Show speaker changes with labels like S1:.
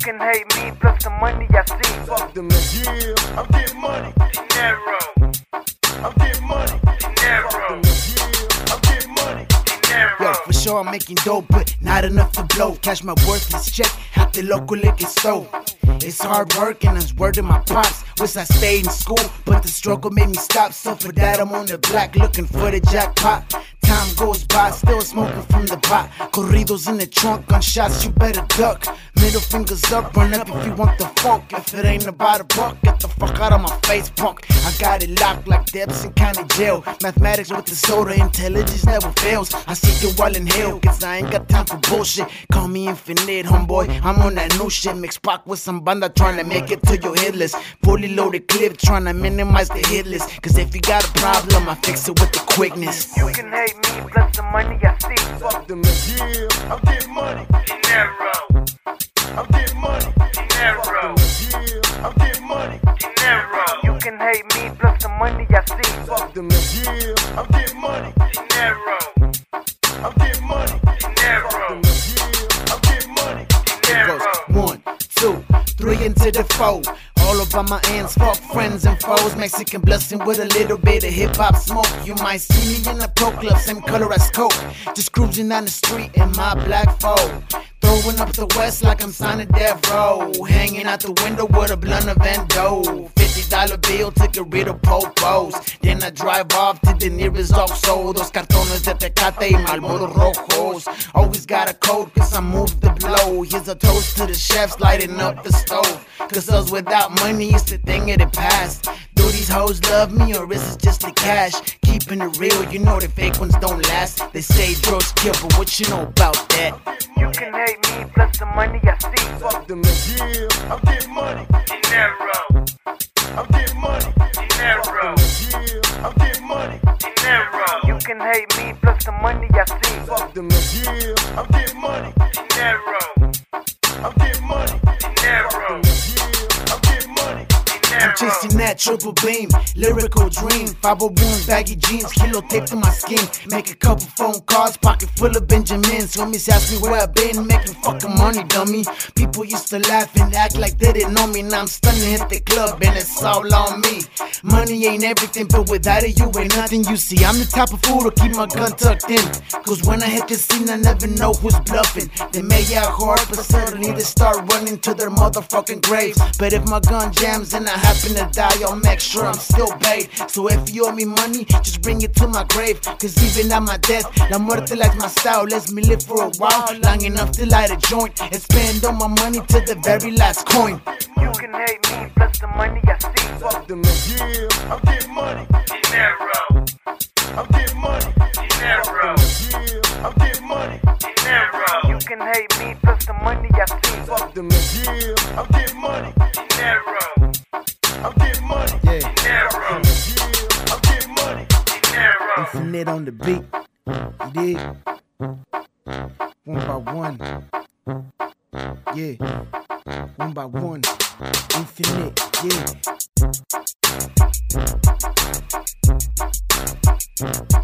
S1: can hate me plus the money I see.
S2: Fuck them niggas. Yeah, I'm getting money.
S1: Dinero,
S2: I'm getting money. Fuck them
S1: dinero,
S2: niggas. Yeah, I'm getting money.
S1: dinero.
S3: Yo, for sure I'm making dope, but not enough to blow. Cash my worthless check at the local liquor store. It's hard work and it's word to my pops. Wish I stayed in school, but the struggle made me stop. So for that I'm on the block looking for the jackpot. Time goes by, still smoking from the pot. Corridos in the trunk, gunshots, you better duck. Middle fingers up, run up if you want the funk. If it ain't about a buck, get the fuck out of my face, punk. I got it locked like depths in county jail. Mathematics with the soda, intelligence never fails. I see you all in hell, cause I ain't got time for bullshit. Call me infinite, homeboy. I'm on that new shit. Mix pack with some banda trying to make it to your hit list. Fully loaded clip, trying to minimize the hit list. Cause if you got a problem, I fix it with the quickness.
S1: You can hate me plus the money I see.
S2: Fuck them niggas. Yeah, I'm getting money.
S1: Dinero,
S2: I'm getting money. Fuck
S1: dinero,
S2: them niggas. Yeah, I'm getting money.
S1: dinero. You can hate me plus the money I see.
S2: Fuck them niggas. Yeah, I'm getting money.
S1: Dinero,
S2: I'm getting money. Fuck them
S1: dinero,
S2: niggas. Yeah, I'm getting money.
S1: dinero.
S3: goes one, two, three into the four. All up on my hands, fuck friends and foes. Mexican blessing with a little bit of hip hop smoke. You might see me in a pro club, same color as Coke. Just cruising down the street in my black foe. Throwing up the west like I'm signing death row. Hanging out the window with a blunt of Vando. Fifty dollar bill, took a rid of popos. Then I drive off to the nearest OXXO. Those cartones de Tecate y Malboro Rojos. Always got a code, cause I move the blow. Here's a toast to the chefs lighting up the stove. Cause us without money is the thing of the past. Do these hoes love me or is it just the cash? Keeping it real, you know the fake ones don't last. They say drugs kill, but what you know about that?
S1: You can hate me plus the money I see.
S2: Fuck them niggas. Yeah, I'm getting money.
S1: Dinero,
S2: I'm getting money.
S1: dinero,
S2: Yeah, I'm getting money.
S1: dinero. You can hate me plus the money I see.
S2: Fuck them niggas. Yeah, I'm getting money.
S1: Dinero,
S2: I'm getting money.
S1: dinero,
S2: Yeah, I'm getting money.
S3: I'm
S1: dinero.
S3: chasing that triple beam, lyrical dream. 501 baggy jeans, kilo tape to my skin. Make a couple phone calls, pocket full of Benjamins. Homies ask me where I've been, making fucking money, dummy. People used to laugh and act like they didn't know me. Now I'm stunning, hit the club, and it's all on me. Money ain't everything, but without it, you ain't nothing. You see, I'm the type of fool to keep my gun tucked in. Cause when I hit the scene, I never know who's bluffing. They may act hard, but suddenly they start running to their motherfucking graves. But if my gun jams and I happen to die, I'll make sure I'm still paid. So if you owe me money, just bring it to my grave. Cause even at my death, La Muerte like my style. Lets me live for a while, long enough to light a joint. And spend all my money to the very last coin.
S1: You can hate me plus the money I see.
S2: Fuck them niggas. Yeah, I'm getting money.
S1: Dinero,
S2: I'm getting money.
S1: dinero,
S2: Yeah, I'm getting money.
S1: dinero. You can hate me plus the money I see.
S2: Fuck them niggas. Yeah, I'm getting money.
S1: Dinero,
S2: I'm getting money.
S3: Yeah,
S1: dinero,
S2: Yeah, I'm getting money.
S1: dinero.
S3: and it on the beat. You did? One by one. Yeah. One by one. Infinite. Yeah.